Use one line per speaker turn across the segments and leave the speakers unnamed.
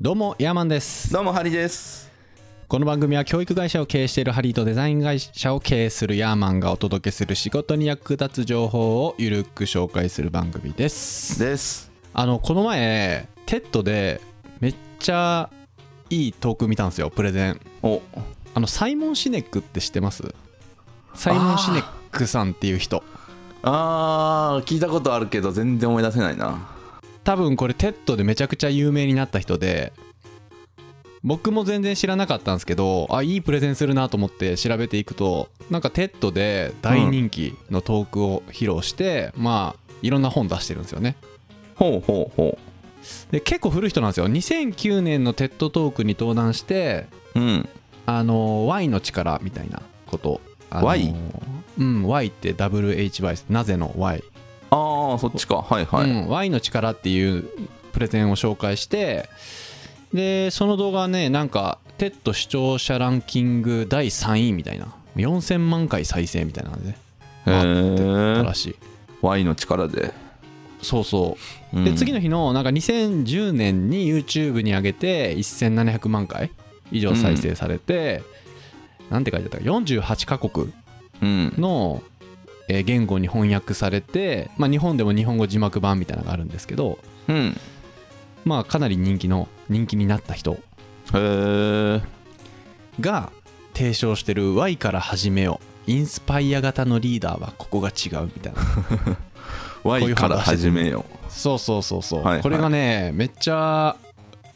どうもヤーマンです
どうもハリです
この番組は教育会社を経営しているハリーとデザイン会社を経営するヤーマンがお届けする仕事に役立つ情報をゆるく紹介する番組です
です
あのこの前テッドでめっちゃいいトーク見たんですよプレゼン
お
あのサイモン・シネックって知ってますサイモン・シネックさんっていう人
あー聞いたことあるけど全然思い出せないな
多分これテッドでめちゃくちゃ有名になった人で僕も全然知らなかったんですけどあいいプレゼンするなと思って調べていくとなんかテッドで大人気のトークを披露して、まあいろんな本出してるんですよね
ほうほうほ
で結構古い人なんですよ2009年のテッドトークに登壇して
ううん
あの Y の力みたいなことあの
Y？
うん Y って WHY なぜの Y
ああそっちかはいはい、
うん、Y の力っていうプレゼンを紹介してでその動画はねなんか TED 視聴者ランキング第3位みたいな4000万回再生みたいなので、ね、
へ
あった
ー
らしい
Y の力で、
そうそう
うん
で次の日のなんか2010年に YouTube に上げて1700万回以上再生されて、なんて書いてあったか48カ国
うん
の、えー言語に翻訳されて、まあ、日本でも日本語字幕版みたいなのがあるんですけど
うんへ
まあかなり人気の人気になった人
え
が提唱してる Y から始めようインスパイア型のリーダーはここが違うみたい なこうい
Y
う
から
話
始めよ
そうそうそうそう、
はいはい
これがねめっちゃ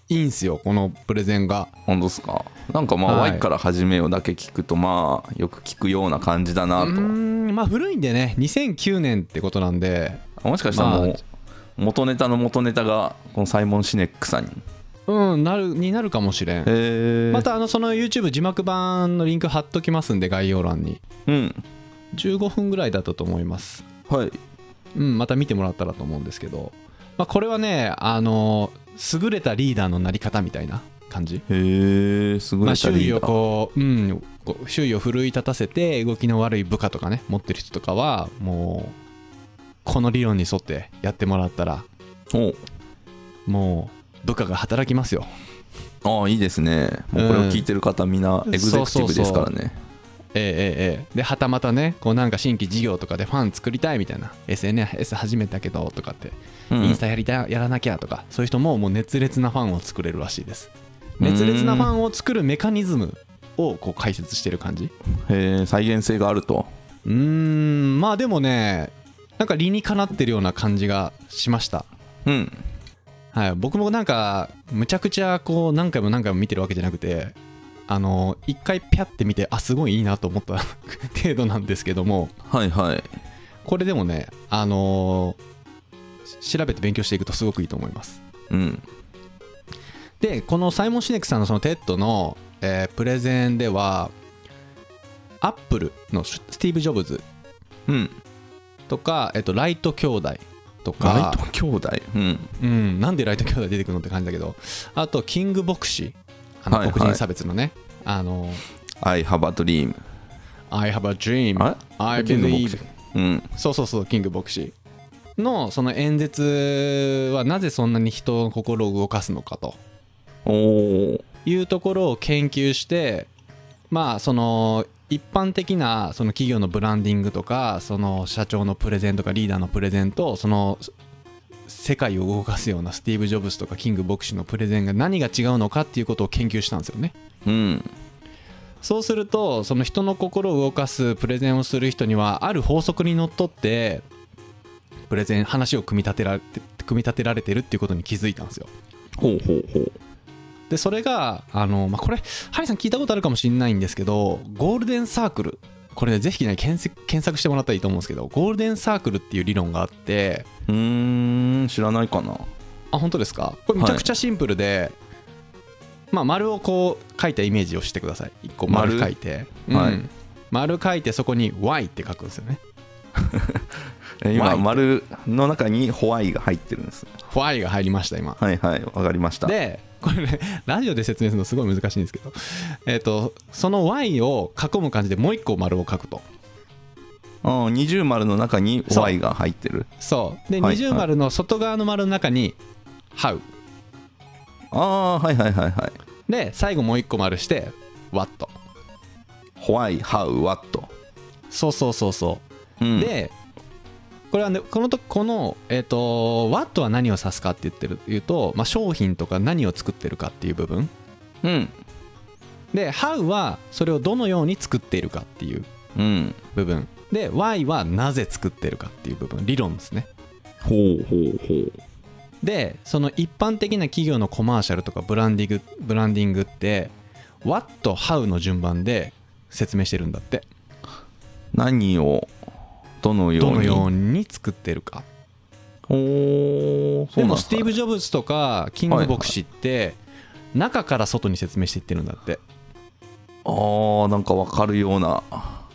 いいんすよこのプレゼンが
う本当っすかなんかまあ、
はい
Y から始めようだけ聞くとまあよく聞くような感じだ
う
な
ー
と
んまあ古いんでね2009年ってことなんで
もしかしたらもう、
まあ
元ネタの元ネタがこのサイモン・シネックさんに
うんなるになるかもしれん
へえ
またあのその YouTube 字幕版のリンク貼っときますんで概要欄に
うん
15分ぐらいだったと思います
はい
うん、また見てもらったらと思うんですけど、まあ、これはねあの優れたリーダーのなり方みたいな感じ、
へえすごい
まあ、
な
周囲をこう、うん、こう周囲を奮い立たせて動きの悪い部下とかね持ってる人とかはもうこの理論に沿ってやってもらったら
お
もう部下が働きますよ
ああいいですねもうこれを聞いてる方みんなエグゼクティブですからね
ええええええではたまたねこうなんか新規事業とかでファン作りたいみたいな SNS 始めたけどとかって
うん
インスタやりたやらなきゃとかそういう人ももう熱烈なファンを作れるらしいです
うーん
熱烈なファンを作るメカニズムをこう解説してる感じ
へえ再現性があると
うーんまあでもねなんか理にかなってるような感じがしました
うん
はい僕もなんかむちゃくちゃこう何回も何回も見てるわけじゃなくてあの一回ピャって見てあすごいいいなと思った 程度なんですけども
はいはい
これでもねあのし調べて勉強していくとすごくいいと思います
うん
でこのサイモン・シネクさんのそのテッドの、えープレゼンではアップルのシュスティーブ・ジョブズ
うん
とか、えっとライト兄弟と
ラ
か
イト兄弟うん
うん、なんでライト兄弟出てくるのって感じだけどあとキング牧師あの、
はいはい
黒人差別のねあの
I have a dream
「I have a dream
あれ
I
キング牧
believe
師」うん
そうそうそうキング牧師のその演説はなぜそんなに人の心を動かすのかと
おお
いうところを研究してまあその一般的なその企業のブランディングとかその社長のプレゼンとかリーダーのプレゼンとその世界を動かすようなスティーブ・ジョブズとかキング牧師のプレゼンが何が違うのかっていうことを研究したんですよね。
うん
そうするとその人の心を動かすプレゼンをする人にはある法則にのっとってプレゼン話を組み立てられて組み立てられてるっていうことに気づいたんですよ。
ほうほうほう
でそれがあの、まあ、これハリーさん聞いたことあるかもしれないんですけどゴールデンサークルこれねぜひね検索検索してもらったらいいと思うんですけどゴールデンサークルっていう理論があって
うーん知らないかな
あ本当ですかこれめちゃくちゃシンプルで、まあ、丸をこう書いたイメージをしてください1個丸
丸
書いて、
はい
うん丸書いてそこに Y って書くんですよね
え
Y っ
今
て
丸の中にホワイが入ってるんです
Y が入りました今
はいはいわかりました
でこれねラジオで説明するのすごい難しいんですけど、えっとその Y を囲む感じでもう1個丸を書くと
うん二重丸の中にホワイが入ってる
そうで、
はい
二重丸の外側の丸の中に「How」
ああーはいはいはいはい
で最後もう一個丸して「What」
Why How What
そうそうそうそう
うん
でこれはねこのとこの、えっと Watt は何を指すかって言ってる言うと、まあ、商品とか何を作ってるかっていう部分
うん
で How はそれをどのように作っているかっていう
うん
部分で Why はなぜ作ってるかっていう部分理論ですね
ほうほうほう
でその一般的な企業のコマーシャルとかブランディングブランディングって What、How の順番で説明してるんだって
何をどのよ
ど
う
の
に
ように作ってるか
おーそう
で
なん
も
す
ス
か
ティーブ・ジョブズとかキング牧師って中から外に説明していってるんだって
ああなんかわかるような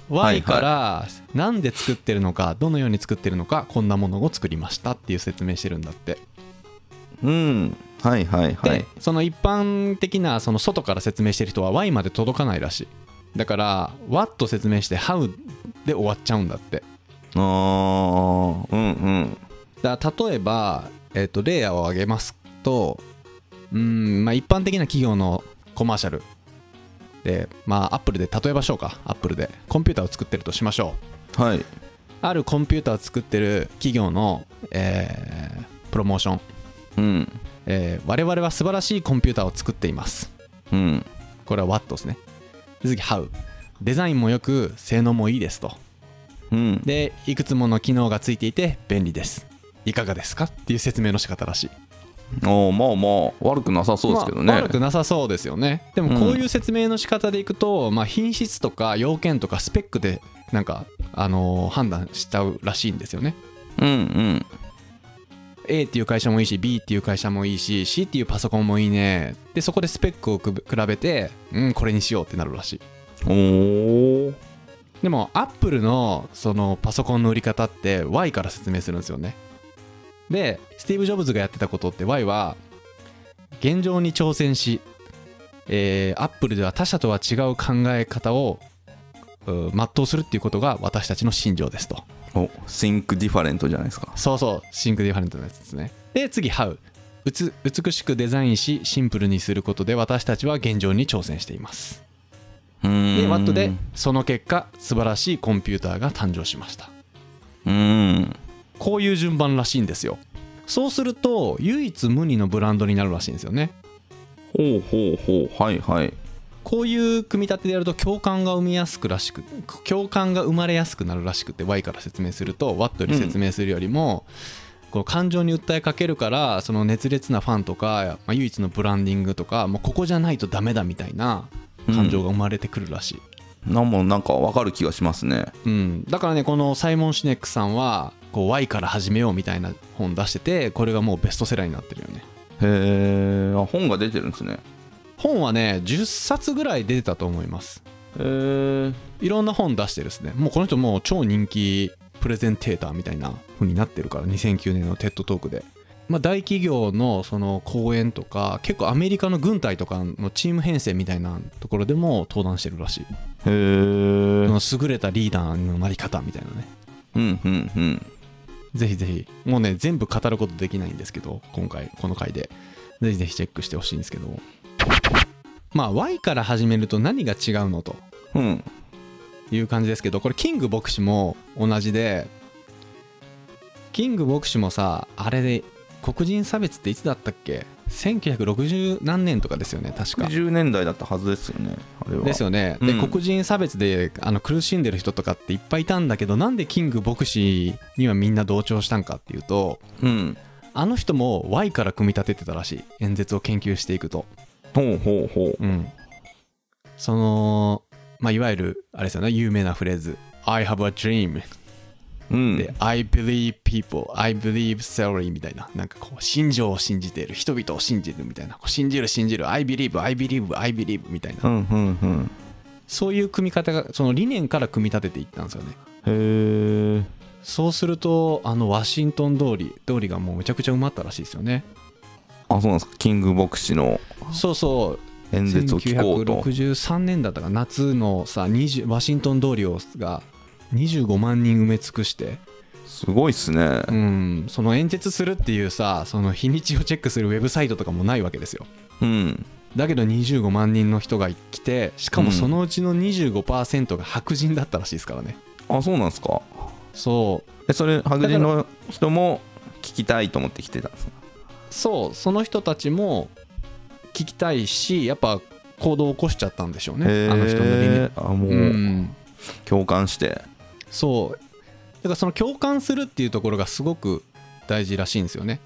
Y からなんで作ってるのかどのように作ってるのかこんなものを作りましたっていう説明してるんだって
うんはいはいは
で
い
その一般的なその外から説明してる人は Y まで届かないらしいだから「What」と説明して「How」で終わっちゃうんだって
あーうんうん
だから例えば、えっと例を挙げますとうーん、まあ、一般的な企業のコマーシャルでまあアップルで例えましょうかアップルでコンピューターを作ってるとしましょう
はい
あるコンピューターを作ってる企業の、えープロモーション、
うん
えー我々は素晴らしいコンピューターを作っています
うん
これは What ですねで次 How デザインもよく性能もいいですと
うん
でいくつもの機能がついていて便利ですいかがですかっていう説明の仕方らしい
おーまあまあ悪くなさそうですけどね、
まあ悪くなさそうですよねで
う
も
ん
こういう説明の仕方でいくと、まあ、品質とか要件とかスペックでなんか、あのー判断しちゃうらしいんですよね
うん
A っていう会社もいいし B っていう会社もいいし C っていうパソコンもいいねでそこでスペックをくぶ比べてうんこれにしようってなるらしい
うんおお
でもアップルのそのパソコンの売り方って Y から説明するんですよねでスティーブ・ジョブズがやってたことって Y は現状に挑戦し、えー、アップルでは他社とは違う考え方をうー全うするっていうことが私たちの信条ですと
お Think different じゃないですか
そうそうシンクディファレントのやつですねで次 How うつ美しくデザインしシンプルにすることで私たちは現状に挑戦しています
うーん
で What でその結果素晴らしいコンピューターが誕生しました
うーん
こういう順番らしいんですよそうすると唯一無二のブランドになるらしいんですよね
ほうほうほうはいはい
こういう組み立てでやると共感が生みやすくらしく共感が生まれやすくなるらしくて Y から説明すると Watt より説明するよりも、こう感情に訴えかけるからその熱烈なファンとか、まあ、唯一のブランディングとかもうここじゃないとダメだみたいな感情が生まれてくるらしい、
なんもなんかわかる気がしますね
うん、だからねこのサイモン・シネックさんはこう Y から始めようみたいな本出しててこれがもうベストセラーになってるよね
へえ本が出てるんですね
本はね10冊ぐらい出てたと思います
へえ
いろんな本出してですねもうこの人もう超人気プレゼンテーターみたいな風になってるから2009年の TED トークで、まあ、大企業のその講演とか結構アメリカの軍隊とかのチーム編成みたいなところでも登壇してるらしい
へえう
そ
ん
の優れたリーダーのなり方みたいなね
うんうん
ぜひぜひもうね全部語ることできないんですけど今回この回でぜひぜひチェックしてほしいんですけどまあ Y から始めると何が違うのと
うん
いう感じですけどこれキング牧師も同じでキング牧師もさあれで黒人差別っていつだったっけ1960何年とかですよね確か
90年代だったはずですよねあれは
ですよねで、
うん
黒人差別であの苦しんでる人とかっていっぱいいたんだけどなんでキング牧師にはみんな同調したんかっていうと
うん
あの人も Y から組み立ててたらしい演説を研究していくと
ほうほうほう
うん、その、まあ、いわゆるあれですよね有名なフレーズ「I have a dream」
うん
で「I believe people」「I believe salary」みたいななんかこう信条を信じている人々を信じるみたいなこう信じる信じる「I believe」「I believe」「I believe」みたいな、
うんうんうん
そういう組み方がその理念から組み立てていったんですよね
へえ
そうするとあのワシントン通り通りがもうめちゃくちゃ埋まったらしいですよね
あそうなんですかキング牧師の
そうそう
演説を聞こうと
1963年だったかな夏のさ20ワシントン通りをが25万人埋め尽くして、
すごいっすね
うん、その演説するっていうさその日にちをチェックするウェブサイトとかもないわけですよ
うん
だけど25万人の人が来てしかもそのうちの25%が白人だったらしいですからね、
あそうなんですか
そう
えそれ白人の人も聞きたいと思って来てたんですか
そうその人たちも聞きたいしやっぱ行動を起こしちゃったんでしょうね、
へー
あの人なりに。
あもう、
うん、
共感して
そうだからその共感するっていうところがすごく大事らしいんですよね。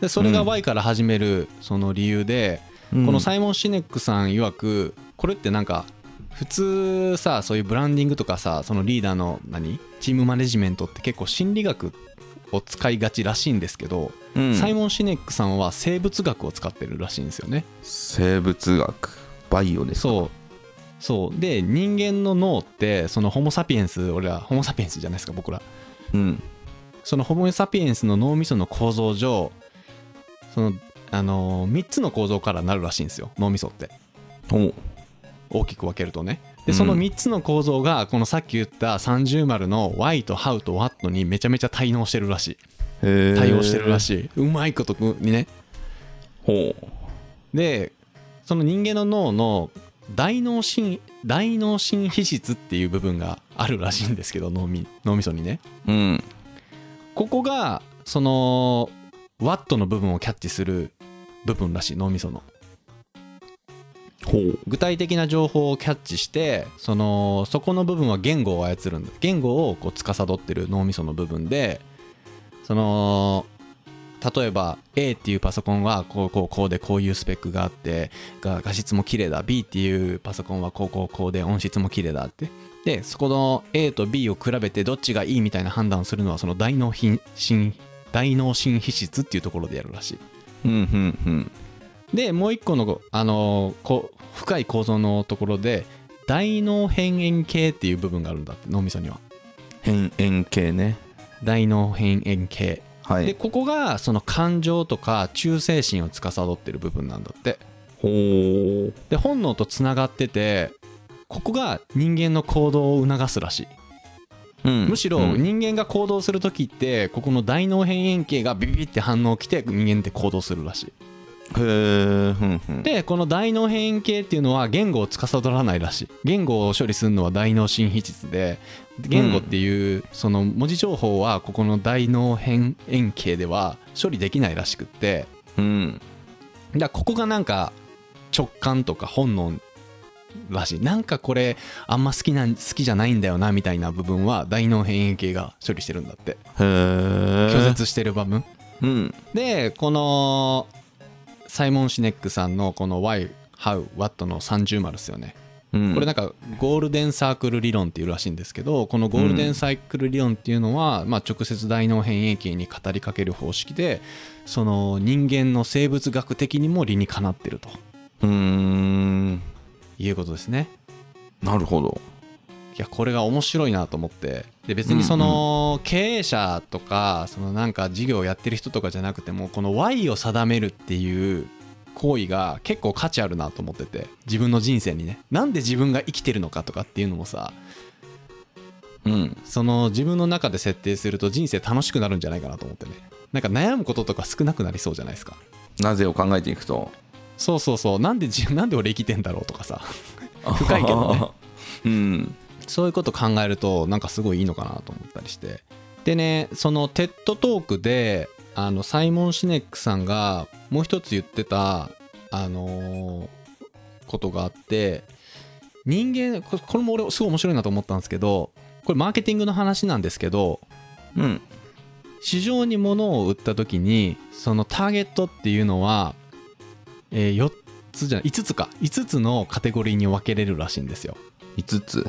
でそれが
うん
Y から始めるその理由で、このサイモン・シネックさん曰くこれってなんか普通さそういうブランディングとかさそのリーダーの何チームマネジメントって結構心理学を使いがちらしいんですけど、
うん、うん
サイモン・シネックさんは生物学を使ってるらしいんですよね。
生物学バイオですか
そうそうで人間の脳ってそのホモ・サピエンス俺らホモ・サピエンスじゃないですか僕ら
うん
そのホモ・サピエンスの脳みその構造上そのあの3つの構造からなるらしいんですよ脳みそって
お
大きく分けるとねで
うん
その3つの構造がこのさっき言った30丸の Y と How と What にめちゃめちゃ対応してるらしい
へ
対応してるら
い
しい、うまいことにね
ほ
でその人間の脳の大脳神大脳神皮質っていう部分があるらしいんですけど脳み脳みそにね
ううん
ここがそのワットの部分をキャッチする部分らしい脳みその
ほう
具体的な情報をキャッチしてそのそこの部分は言語を操るんだ言語をこう司ってる脳みその部分でその例えば A っていうパソコンはこうこうこうでこういうスペックがあってが画質も綺麗だ B っていうパソコンはこうこうこうで音質も綺麗だってでそこの A と B を比べてどっちがいいみたいな判断をするのはその大脳皮新大脳新皮質っていうところでやるらしい
うんうんうん
でもう一個の、あのーこ深い構造のところで大脳辺縁系っていう部分があるんだって脳みそには
変円形ね
大脳辺縁系、
は
で
い
ここがその感情とか忠誠心を司ってる部分なんだって
ほう
で本能とつながっててここが人間の行動を促すらしい
うん
むしろ
うん
人間が行動する時ってここの大脳辺縁系がビビビって反応きて人間って行動するらしい
へえうんうん
でこの大脳変形っていうのは言語を司らないらしい言語を処理するのは大脳新皮質で言語っていうその文字情報はここの大脳変円形では処理できないらしくって
うん
だからここがなんか直感とか本能らしいなんかこれあんま好きなん好きじゃないんだよなみたいな部分は大脳変円形が処理してるんだって
へえ
拒絶してる部分
うん
でこのサイモン・シネックさんのこの Why How What の30丸ですよね
うん
これなんかゴールデンサークル理論っていうらしいんですけどこのゴールデンサイクル理論っていうのは、まあ、直接大脳変異系に語りかける方式でその人間の生物学的にも理にかなってると
うーん
いうことですね
なるほど
いやこれが面白いなと思ってで別にその経営者とかそのなんか事業をやってる人とかじゃなくてもこの Y を定めるっていう行為が結構価値あるなと思ってて自分の人生にねなんで自分が生きてるのかとかっていうのもさ
うん
その自分の中で設定すると人生楽しくなるんじゃないかなと思ってねなんか悩むこととか少なくなりそうじゃないですか
なぜを考えていくと
そうそうそうなんで自 なんで俺生きてんだろうとかさ深いけどね
うん
そういうこと考えるとなんかすごいいいのかなと思ったりしてでねその TED トークであのサイモン・シネックさんがもう一つ言ってたあのーことがあって人間ここれも俺すごい面白いなと思ったんですけどこれマーケティングの話なんですけど
うん
市場に物を売った時にそのターゲットっていうのは、え4つじゃない5つか5つのカテゴリーに分けれるらしいんですよ
5つ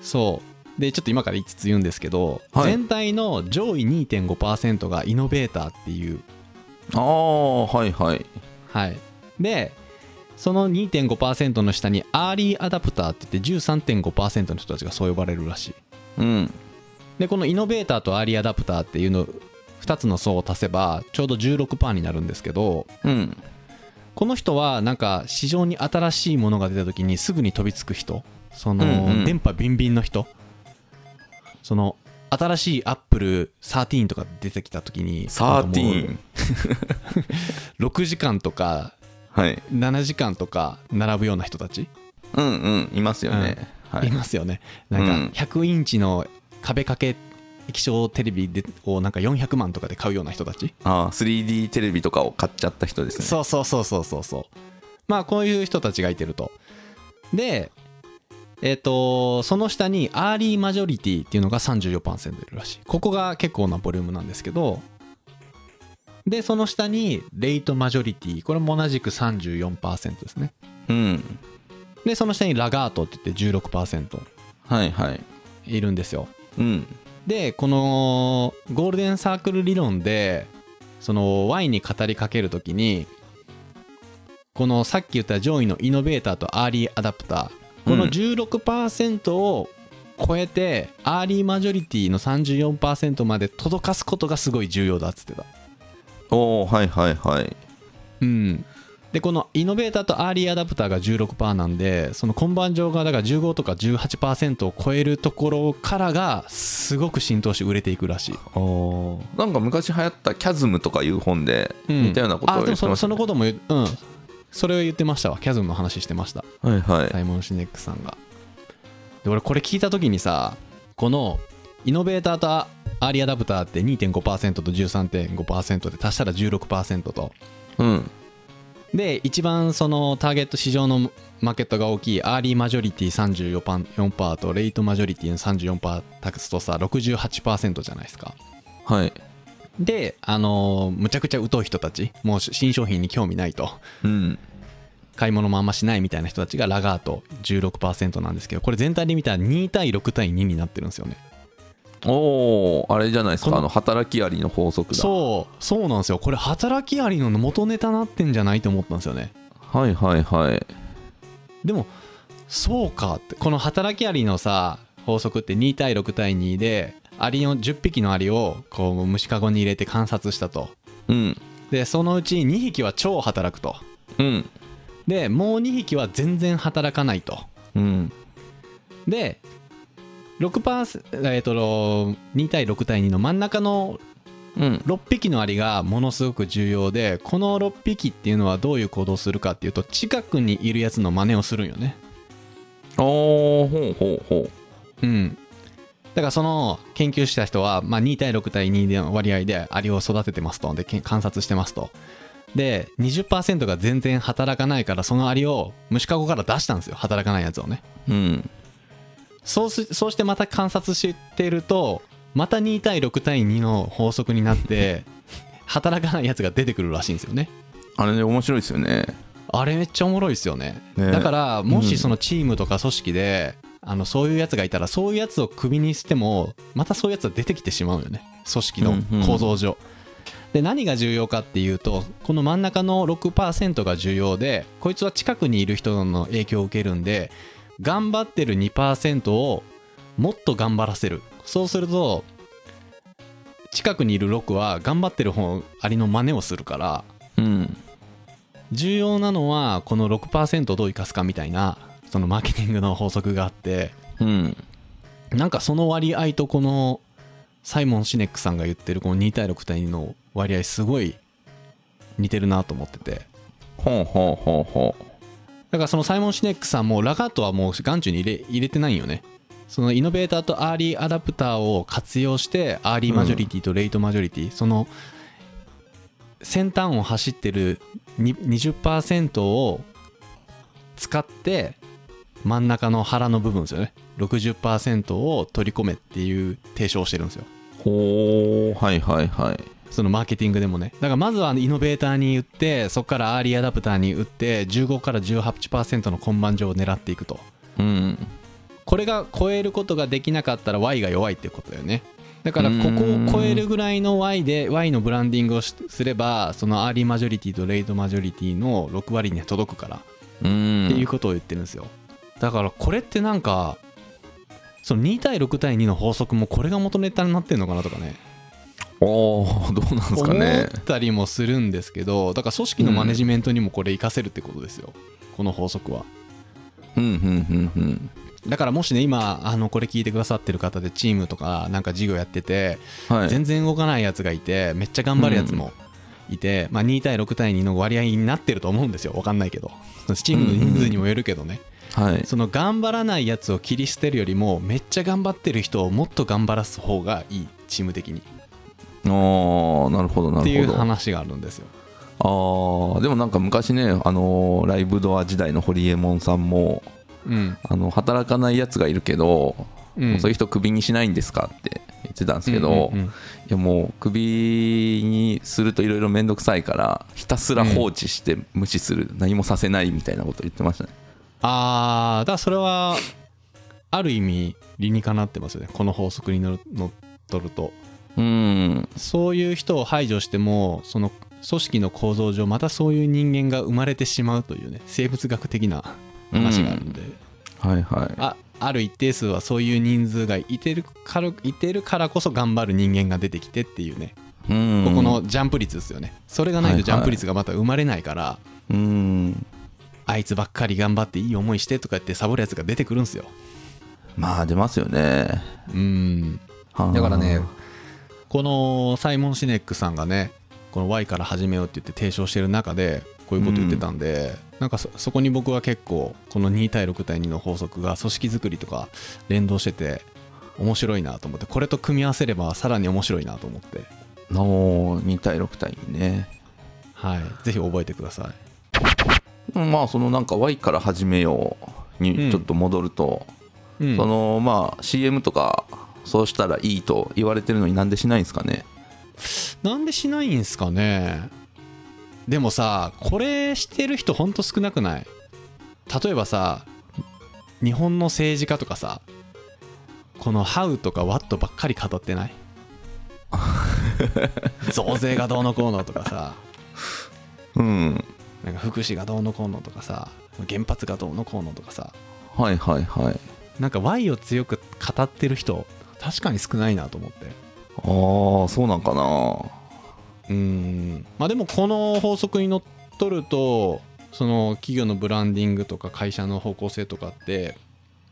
そうでちょっと今から5つ言うんですけど、
はい
全体の上位2.5%がイノベーターっていう
ああはいはい
はいでその2.5%の下にアーリーアダプターって言って13.5%の人たちがそう呼ばれるらしい
うん
でこのイノベーターとアーリーアダプターっていうの2つの層を足せばちょうど16%になるんですけど
うん
この人はなんか市場に新しいものが出た時にすぐに飛びつく人その、
うんうん
電波ビンビンの人その新しいアップル13とか出てきた時になんかもう
13
6時間とか
はい
7時間とか並ぶような人たち
うんうんいますよね、はいい
ますよね、なんか100インチの壁掛け液晶テレビでをなんか400万とかで買うような人たち、
ああ 3D テレビとかを買っちゃった人ですね
そうそうそうそうそうそうまあこういう人たちがいてるとでえっ、とその下にアーリーマジョリティっていうのが34%いるらしいここが結構なボリュームなんですけどでその下にレイトマジョリティこれも同じく34%ですね
うん
でその下にラガートって言って16%
はいはい
いるんですよ
うん
でこのゴールデンサークル理論でその Y に語りかけるときにこのさっき言った上位のイノベーターとアーリーアダプターこ
う
の
ん
16%を超えてアーリーマジョリティの34%まで届かすことがすごい重要だっつってた。
おおはいはいはい
うん、でこのイノベーターとアーリーアダプターが16%なんでその今晩上がだから15とか18%を超えるところからがすごく浸透して売れていくらしい。
おなんか昔流行った「キャズム」とかいう本で
うん
似たようなこと
あ
を
で
言
も
って
その
まし
そ
た
の
ね
ことも言ううんそれを言ってましたわキャズムの話してました
はいはい
サイモン・シネックさんがで俺これ聞いた時にさこのイノベーターとアーリーアダプターって2.5%と13.5%で足したら16%と
うん
で一番そのターゲット市場のマーケットが大きいアーリーマジョリティ34%とレイトマジョリティの34%足すとさ68%じゃないですか
はい
であのーむちゃくちゃ疎い人たちもう新商品に興味ないと
うん
買い物もあんましないみたいな人たちがラガート16%なんですけどこれ全体で見たら2対6対2になってるんですよね
おおあれじゃないです
こ
か
の
あの働きアリの法則だ
そうそうなんですよこれ働きアリの元ネタなってんじゃないと思ったんですよね
はいはいはい
でもそうかってこの働きアリのさ法則って2対6対2でアリの10匹のアリをこう虫かごに入れて観察したと
うん
でそのうち2匹は超働くと
うん
でもう2匹は全然働かないと
うん
で6%えっと2対6対2の真ん中の
うん
6匹のアリがものすごく重要でこの6匹っていうのはどういう行動をするかっていうと近くにいるやつの真似をするんよね
おおほうほうほ
うんだからその研究した人は、まあ、2対6対2の割合でアリを育ててますとでけん観察してますとで20%が全然働かないからそのアリを虫かごから出したんですよ働かないやつをね
ううん
そうすそうしてまた観察してるとまた2対6対2の法則になって働かないやつが出てくるらしいんですよね
あれね面白いですよね
あれめっちゃおもろいですよね
ね
だからも
う
し
ん
そのチームとか組織で、あのそういうやつがいたらそういうやつをクビにしてもまたそういうやつは出てきてしまうよね組織
う
の
んうん
構造上、で何が重要かっていうとこの真ん中の6%が重要でこいつは近くにいる人の影響を受けるんで頑張ってる2%をもっと頑張らせるそうすると近くにいる6は頑張ってる方ありの真似をするから
うん
重要なのはこの6%をどう生かすかみたいなそのマーケティングの法則があって
うん
なんかその割合とこのサイモン・シネックさんが言ってるこの2対6対2の割合すごい似てるなと思ってて
ほうほうほうほう
だからそのサイモン・シネックさんもラガートはもう眼中に入れ入れてないよねそのイノベーターとアーリーアダプターを活用してアーリーマジョリティとレイトマジョリティ、その先端を走ってるに20%を使って真ん中の腹の部分ですよね60%を取り込めっていう提唱をしてるんですよ
ほうはいはいはい
そのマーケティングでもねだからまずはイノベーターに売ってそこからアーリーアダプターに売って15から18%の今晩上を狙っていくと
うん
これが超えることができなかったら Y が弱いってことだよねだからここを超えるぐらいの Y で Y のブランディングをしすればそのアーリーマジョリティとレイトマジョリティの6割には届くからっ
うん
ていうことを言ってるんですよだからこれってなんかその2対6対2の法則もこれが元ネタになってんのかなとかね
おおどうなんですかね
思ったりもするんですけどだから組織のマネジメントにもこれ活かせるってことですよこの法則は
うんうんうんうん
だからもしね今あのこれ聞いてくださってる方でチームとかなんか事業やってて
はい
全然動かないやつがいてめっちゃ頑張るやつもいて、まあ、2対6対2の割合になってると思うんですよ分かんないけどスチームの人数にもよるけどね、
はい
その頑張らないやつを切り捨てるよりもめっちゃ頑張ってる人をもっと頑張らす方がいいチーム的に
ああなるほどな
ってい
る
う
ほど
話があるんですよ
ああでもなんか昔ねあのーライブドア時代のホリエモンさんも
うん、
あの働かないやつがいるけど、
うん、
そういう人クビにしないんですかって言ってたんですけど、
うんうんうん
いやもうクビにするといろいろ面倒くさいからひたすら放置して無視する、何もさせないみたいなこと言ってましたね
ああだからそれはある意味理にかなってますよねこの法則にのるのっとると
うん
そういう人を排除してもその組織の構造上またそういう人間が生まれてしまうというね生物学的な話があるんで、
はいはい
あある一定数はそういう人数がいてるからいてるからこそ頑張る人間が出てきてっていうね
うん
ここのジャンプ率ですよねそれがないとジャンプ率がまた生まれないから、
うん
あいつばっかり頑張っていい思いしてとか言ってサボるやつが出てくるんですよ
まあ出ますよね
うん
はあ
だからねこのサイモン・シネックさんがねこの Y から始めようって言って提唱してる中でこういうこと言ってたんで、なんかそそこに僕は結構この2対6対2の法則が組織づくりとか連動してて面白いなと思ってこれと組み合わせればさらに面白いなと思って、
の2対6対2ね
はい、ぜひ覚えてくださ
まあそのなんか Y から始めよう
う
に
ん
ちょっと戻ると、
い、うん
そのまあ CM とかそうしたらいいと言われてるのになんでしないんですかね
なんでしないんすかねでもさこれしてる人ほんと少なくない例えばさ日本の政治家とかさこの「ハウ」とか「ワット」ばっかり語ってない増税がどうのこうのとかさ
うん
なんか福祉がどうのこうのとかさ原発がどうのこうのとかさ
はいはいはい
なんか Y を強く語ってる人確かに少ないなと思って
ああそうなんかな
うーんまあでもこの法則にのっとるとその企業のブランディングとか会社の方向性とかって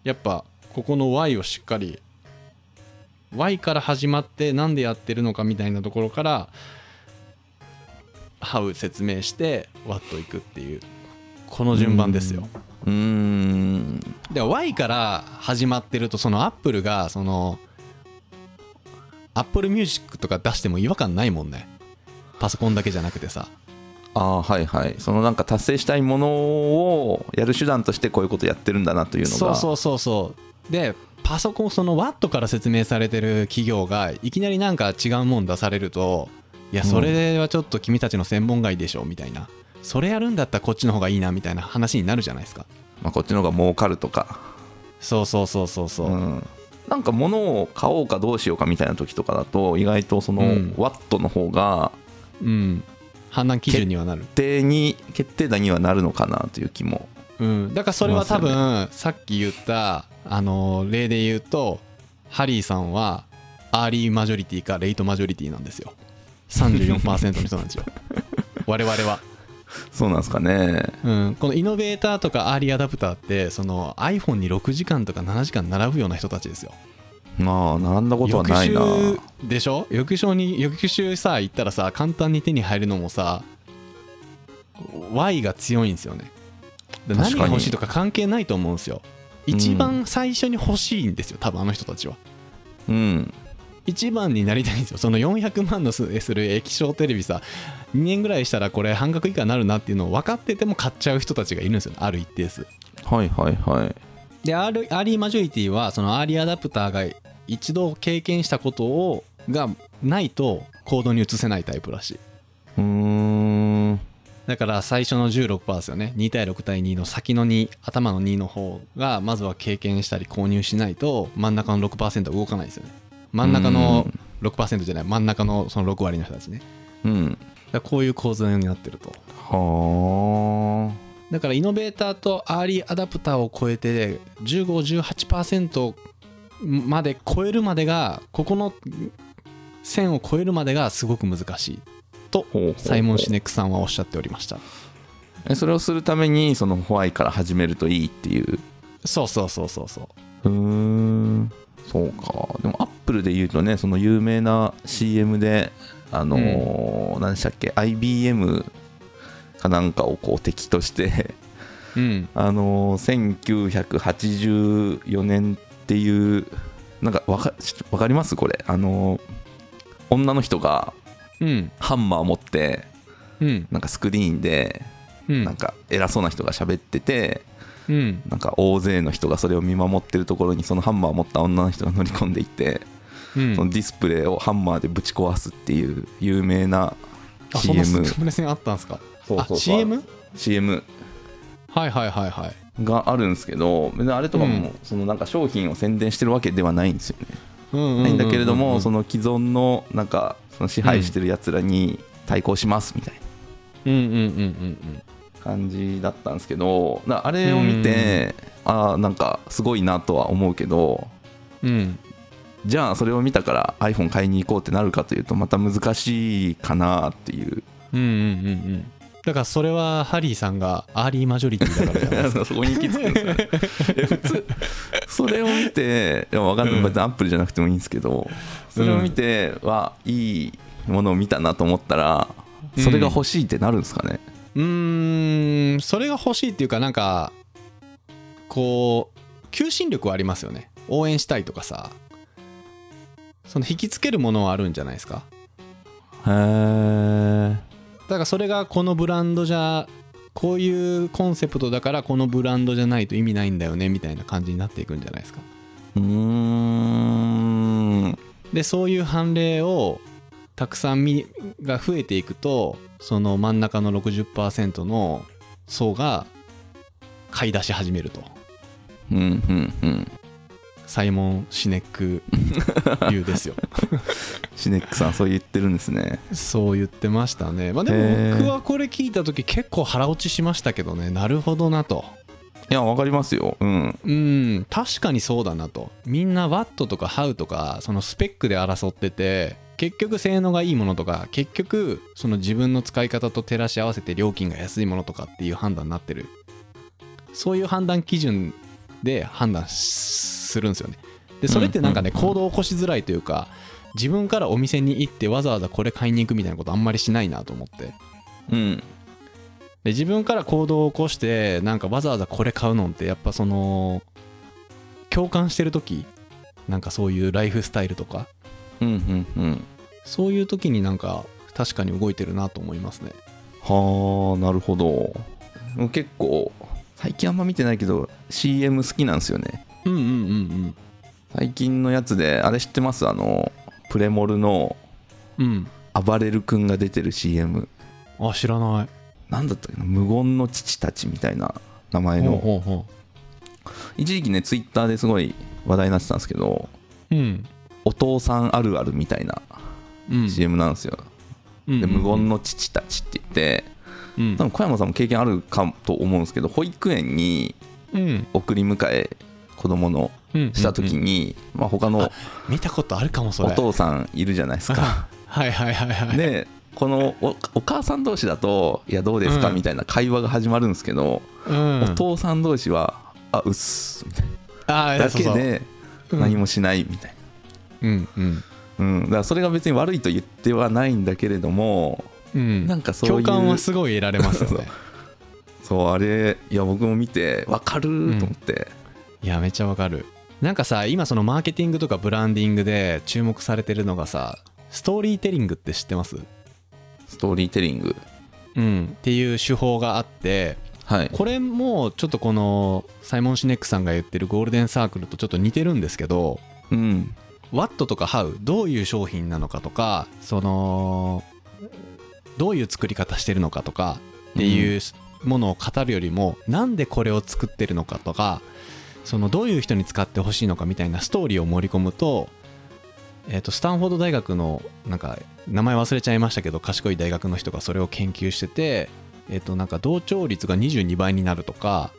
やっぱここの Y をしっかり Y から始まってなんでやってるのかみたいなところから How 説明して What いくっていうこの順番ですよ。
うーん
で Y から始まってるとその Apple がその Apple Music とか出しても違和感ないもんねパソコンだけじゃなくてさ
ああはいはいそのなんか達成したいものをやる手段としてこういうことやってるんだなというのが
そうそうそうそうでパソコンその Watt から説明されてる企業がいきなりなんか違うもん出されるといや
うん
それはちょっと君たちの専門外でしょみたいなそれやるんだったらこっちの方がいいなみたいな話になるじゃないですか
まあ、こっちの方が儲かるとか
そうそうそうそうそう、
ん、なんか物を買おうかどうしようかみたいな時とかだと意外とその
うん
ワットの方が
うん、判断基準にはなる
定に決定打にはなるのかなという気も
うん、だからそれは多
し
分、さっき言った、あのー例で言うとハリーさんはアーリーマジョリティかレイトマジョリティなんですよ34%の人なん ですよ我々は、
そうなんですかね
うん、このイノベーターとかアーリーアダプターってその iPhone に6時間とか7時間並ぶような人たちですよ
まあ並んだことはないな
翌週でしょ翌週に翌週さ行ったらさ簡単に手に入るのもさ Y が強いんですよねで
確か
何
に
が欲しいとか関係ないと思うんですよ
うん
一番最初に欲しいんですよ多分あの人たちは
うん
一番になりたいんですよその400万のすする液晶テレビさ2年ぐらいしたらこれ半額以下になるなっていうのを分かってても買っちゃう人たちがいるんですよねある一定数
はいはいはい
でアールアーリーマジョリティはそのアーリーアダプターが一度経験したことをがないと行動に移せないタイプらしいう
ーん
だから最初の16%ですよね2対6対2の先の2頭の2の方がまずは経験したり購入しないと真ん中の6%は動かないですよね真ん中の6%じゃない真ん中のその6割の人たちね
うん
だからこういう構造になってると
は
だからイノベーターとアーリーアダプターを超えて1518%まで超えるまでがここの線を超えるまでがすごく難しいと
あほうほうほう
サイモン・シネックさんはおっしゃっておりました
えそれをするためにそのホワイから始めるといいっていう
そうそうそうそうそう
うーんそうかでもアップルで言うとねその有名な CM であのー何でしたっけ IBM かなんかをこう敵として
うん
あのー1984年っていうなんかわかちょっとわかりますこれあのー女の人が
うん
ハンマー持って
うん
なんかスクリーンで
うん
なんか偉そうな人が喋ってて
うん
なんか大勢の人がそれを見守ってるところにそのハンマーを持った女の人が乗り込んでいって
うん
そのディスプレイをハンマーでぶち壊すっていう有名な
あそんな
CM
プレゼンあったんですか
そうそうそう
あ CM?
CM
はいはいはいはい
があるんですけど別にあれとか
う
も、
ん
そのなんか商品を宣伝してるわけではないんですよね。
な
ないんだけれども、そ
の
の既存のなんかその支配してるやつらに対抗しますみたいな
うんうんうんうん
感じだったんですけどなあれを見て、ああなんかすごいなとは思うけど
うんうん
じゃあそれを見たから iPhone 買いに行こうってなるかというとまた難しいかなっていう
うんうんうんうんだからそれはハリーさんがアーリーマジョリティだからじゃないですか
そこに行き着くんです よねいや普通それを見ていやわかんない、
うん
別にアップルじゃなくてもいいんですけどそれを見てはいいものを見たなと思ったらそれが欲しいってなるんですかね、
うーんそれが欲しいっていうかなんかこう求心力はありますよね応援したいとかさその引きつけるものはあるんじゃないですか
へえ
だからそれがこのブランドじゃこういうコンセプトだからこのブランドじゃないと意味ないんだよねみたいな感じになっていくんじゃないですか
うーん
でそういう判例をたくさん見が増えていくとその真ん中の60%の層が買い出し始めると
うんうんうん
サイモン・シネック流です よ
シネックさんそう言ってるんですね
そう言ってましたねまあで
へ
も
ー
僕はこれ聞いた時結構腹落ちしましたけどねなるほどなと
いやわかりますようん
うん確かにそうだなとみんな Watt とか How とかそのスペックで争ってて結局性能がいいものとか結局その自分の使い方と照らし合わせて料金が安いものとかっていう判断になってるそういう判断基準で判断するんですよねでそれってなんかね
うんうんうん
行動を起こしづらいというか自分からお店に行ってわざわざこれ買いに行くみたいなことあんまりしないなと思って
うん
で自分から行動を起こしてなんかわざわざこれ買うのってやっぱその共感してる時なんかそういうライフスタイルとか
うんうんうん
そういう時になんか確かに動いてるなと思いますね
はあなるほど結構最近あんま見てないけど CM 好きなんですよね
うんうんうん
最近のやつであれ知ってますあのプレモルの
うん
暴れる君が出てる CM
うんあ知らない
なんだったっけな無言の父たちみたいな名前
ほう
の
ほうほ
一時期ねツイッターですごい話題になってたんですけど
ううん
お父さんあるあるみたいな
うん
CM なんですよ、
うん
で無言の父たちって言って
うん
多分小山さんも経験あるかと思うんですけど保育園に
うん
送り迎え子供の
うん
した時
うん
に、まあ、他の
見たことあるかもそ
お
れ
父さんいるじゃないですか。
はいはいはい はい
でこのおお母さん同士だと「いやどうですか?」
うん
みたいな会話が始まるんですけど、
うん
お父さん同士は「あうっす」みたい
あ
な
ー
だけ
そう
で
そう
何もしないみたいな。
うんうん
うん、だからそれが別に悪いと言ってはないんだけれども
うん
なんかそうい
共
う
感はすごい得られますよね
そうあれいや僕も見てわかるーと思って、
いやめっちゃわかるなんかさ今そのマーケティングとかブランディングで注目されてるのがさストーリーテリングって知ってます
ストーリーテリング
うんっていう手法があって
はい
これもちょっとこのサイモン・シネックさんが言ってるゴールデンサークルとちょっと似てるんですけど
うん
ワットとかハウどういう商品なのかとかそのどういう作り方してるのかとかっていうものを語るよりも、なんでこれを作ってるのかとかそのどういう人に使ってほしいのかみたいなストーリーを盛り込むと,、えー、とスタンフォード大学のなんか名前忘れちゃいましたけど賢い大学の人がそれを研究してて、えー、となんか同調率が22倍になるとか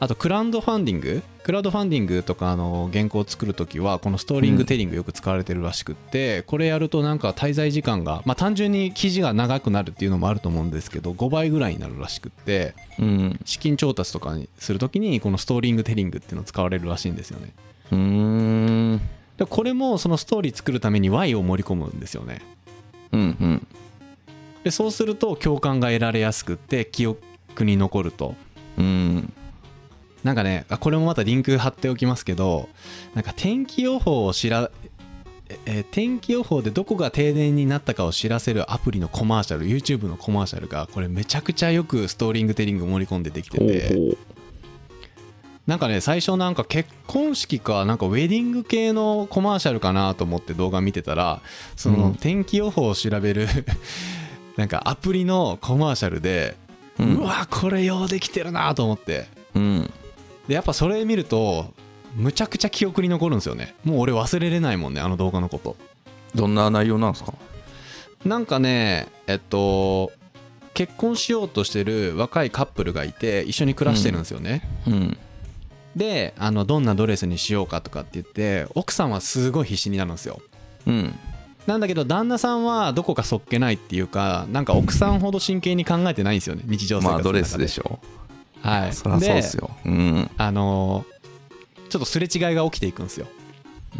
あとクラウドファンディングクラウドファンディングとかあの原稿を作るときはこのストーリングテリングよく使われてるらしくって、これやるとなんか滞在時間がまあ単純に記事が長くなるっていうのもあると思うんですけど5倍ぐらいになるらしくって
うん
資金調達とかにするときにこのストーリングテリングっていうのを使われるらしいんですよね
うーん
でこれもそのストーリー作るために Y を盛り込むんですよね
うんうん
でそうすると共感が得られやすくって記憶に残ると
うん
なんかねあこれもまたリンク貼っておきますけどなんか天気予報を知らええ天気予報でどこが停電になったかを知らせるアプリのコマーシャル YouTube のコマーシャルがこれめちゃくちゃよくストーリングテリング盛り込んでできて
ほう
てなんかね最初なんか結婚式かなんかウェディング系のコマーシャルかなと思って動画見てたらそうの
ん
天気予報を調べる なんかアプリのコマーシャルで、
ほう
う
うん
わこれようできてるなと思って
うん
でやっぱそれ見るとむちゃくちゃ記憶に残るんですよねもう俺忘れれないもんねあの動画のこと
どんな内容なんですか
なんかねえっと結婚しようとしてる若いカップルがいて一緒に暮らしてるんですよね、
うん
であのどんなドレスにしようかとかって言って奥さんはすごい必死になるんですよ
うん
なんだけど旦那さんはどこかそっけないっていうかなんか奥さんほど真剣に考えてないんですよね日常生活
ま
の
あ
中
ドレスでしょ
はい
そりゃそうですようん
あのちょっとすれ違いが起きていくんですよ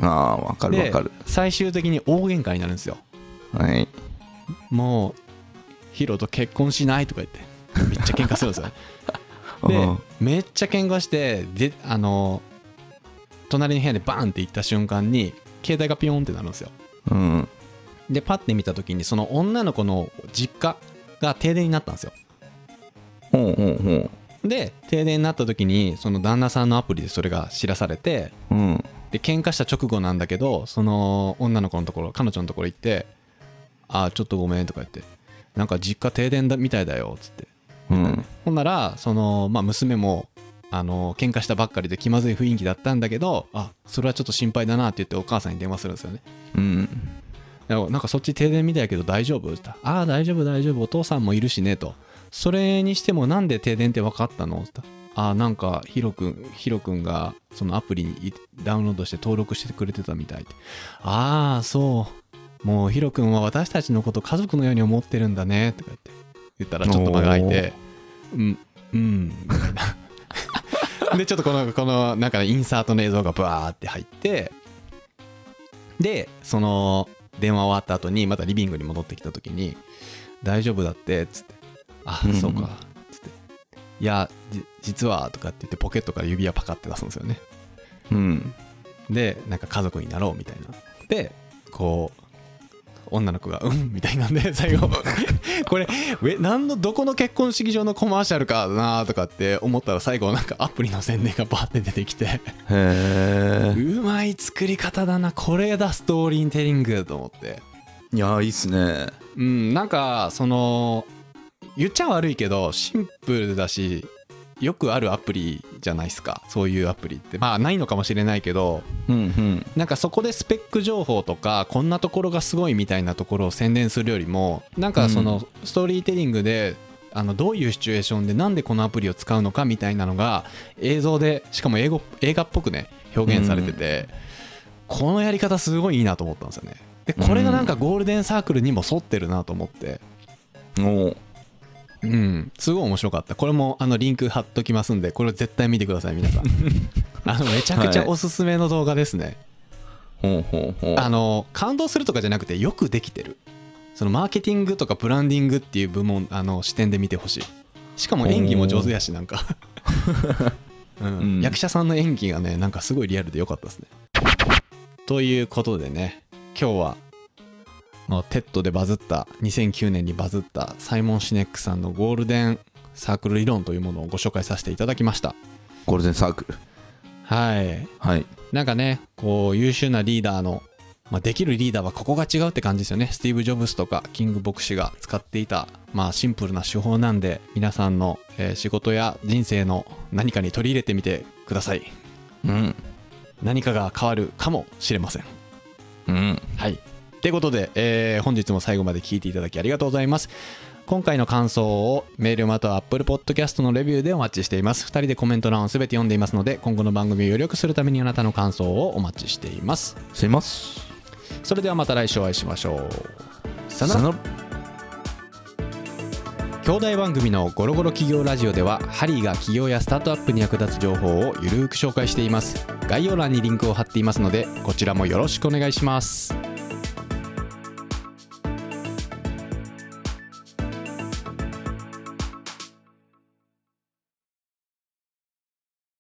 ああわかるわ
で
かる
最終的に大喧嘩になるんですよ
はい
もうヒロと結婚しないとか言ってめっちゃ喧嘩するん ですよ
うん
でめっちゃ喧嘩してであの隣の部屋でバーンって行った瞬間に携帯がピヨーンってなるんですよ
うん
でパッて見た時にその女の子の実家が停電になったんですよ
ほうほうほう
で停電になった時にその旦那さんのアプリでそれが知らされて
うん
で喧嘩した直後なんだけどその女の子のところ彼女のところ行って「ああちょっとごめん」とか言って「なんか実家停電だみたいだよ」っつって
うん
ほんならその、まあ、娘もあの喧嘩したばっかりで気まずい雰囲気だったんだけどあそれはちょっと心配だなって言ってお母さんに電話するんですよね
うん
だからなんかそっち停電みたいやけど大丈夫って言ったらああ大丈夫大丈夫お父さんもいるしねとそれにしてもなんで停電って分かったのって言ったらああなんかヒロ君ヒロ君がそのアプリにダウンロードして登録してくれてたみたいってああそうもうヒロ君は私たちのこと家族のように思ってるんだねとか言って言ったらちょっと間が空いてうんうん みたいなでちょっとこのこのなんかねインサートの映像がバーって入ってでその電話終わった後にまたリビングに戻ってきた時に「大丈夫だって」っつって「あ
うん
そうか」つって「いやじ実は」とかって言ってポケットから指輪パカって出すんですよね
うん
でなんか家族になろうみたいなでこう女の子が「うん」みたいなん で最後 これえ何のどこの結婚式場のコマーシャルかなとかって思ったら最後なんかアプリの宣伝がバーって出てき て
へえ
うまい作り方だなこれだストーリーテリングと思って
いやーいいっすね
うんなんかその言っちゃ悪いけどシンプルだしよくあるアプリじゃないですかそういうアプリってまあないのかもしれないけど
うんうん
なんかそこでスペック情報とかこんなところがすごいみたいなところを宣伝するよりもなんかそのストーリーテリングであのどういうシチュエーションでなんでこのアプリを使うのかみたいなのが映像でしかも英語映画っぽくね表現されててこのやり方すごいいいなと思ったんですよねでこれがなんかゴールデンサークルにも沿ってるなと思って
おう
うんすごい面白かったこれもあのリンク貼っときますんでこれ絶対見てください皆さ んあのめちゃくちゃおすすめの動画ですね、
ほうほうほう
あの感動するとかじゃなくてよくできてるそのマーケティングとかブランディングっていう部門あの視点で見てほしいしかも演技も上手やしなん か、うん
うん
役者さんの演技がねなんかすごいリアルで良かったですねということでね今日はまあテッドでバズった2009年にバズったサイモン・シネックさんのゴールデンサークル理論というものをご紹介させていただきました
ゴールデンサークル
はい
はい
なんかね、こう優秀なリーダーの、まあ、できるリーダーはここが違うって感じですよね。スティーブ・ジョブズとかキング牧師が使っていた、まあ、シンプルな手法なんで、皆さんの、えー仕事や人生の何かに取り入れてみてください。
うん
何かが変わるかもしれません。
うん
はい。ということで、えー本日も最後まで聞いていただきありがとうございます。今回の感想をメールまたは Apple Podcast のレビューでお待ちしています。2人でコメント欄を全て読んでいますので、今後の番組をより良くするためにあなたの感想をお待ちしています。
しています
それではまた来週お会いしましょうさよなら
さよなら
兄弟番組の「ゴロゴロ企業ラジオ」ではハリーが企業やスタートアップに役立つ情報をゆるーく紹介しています概要欄にリンクを貼っていますのでこちらもよろしくお願いします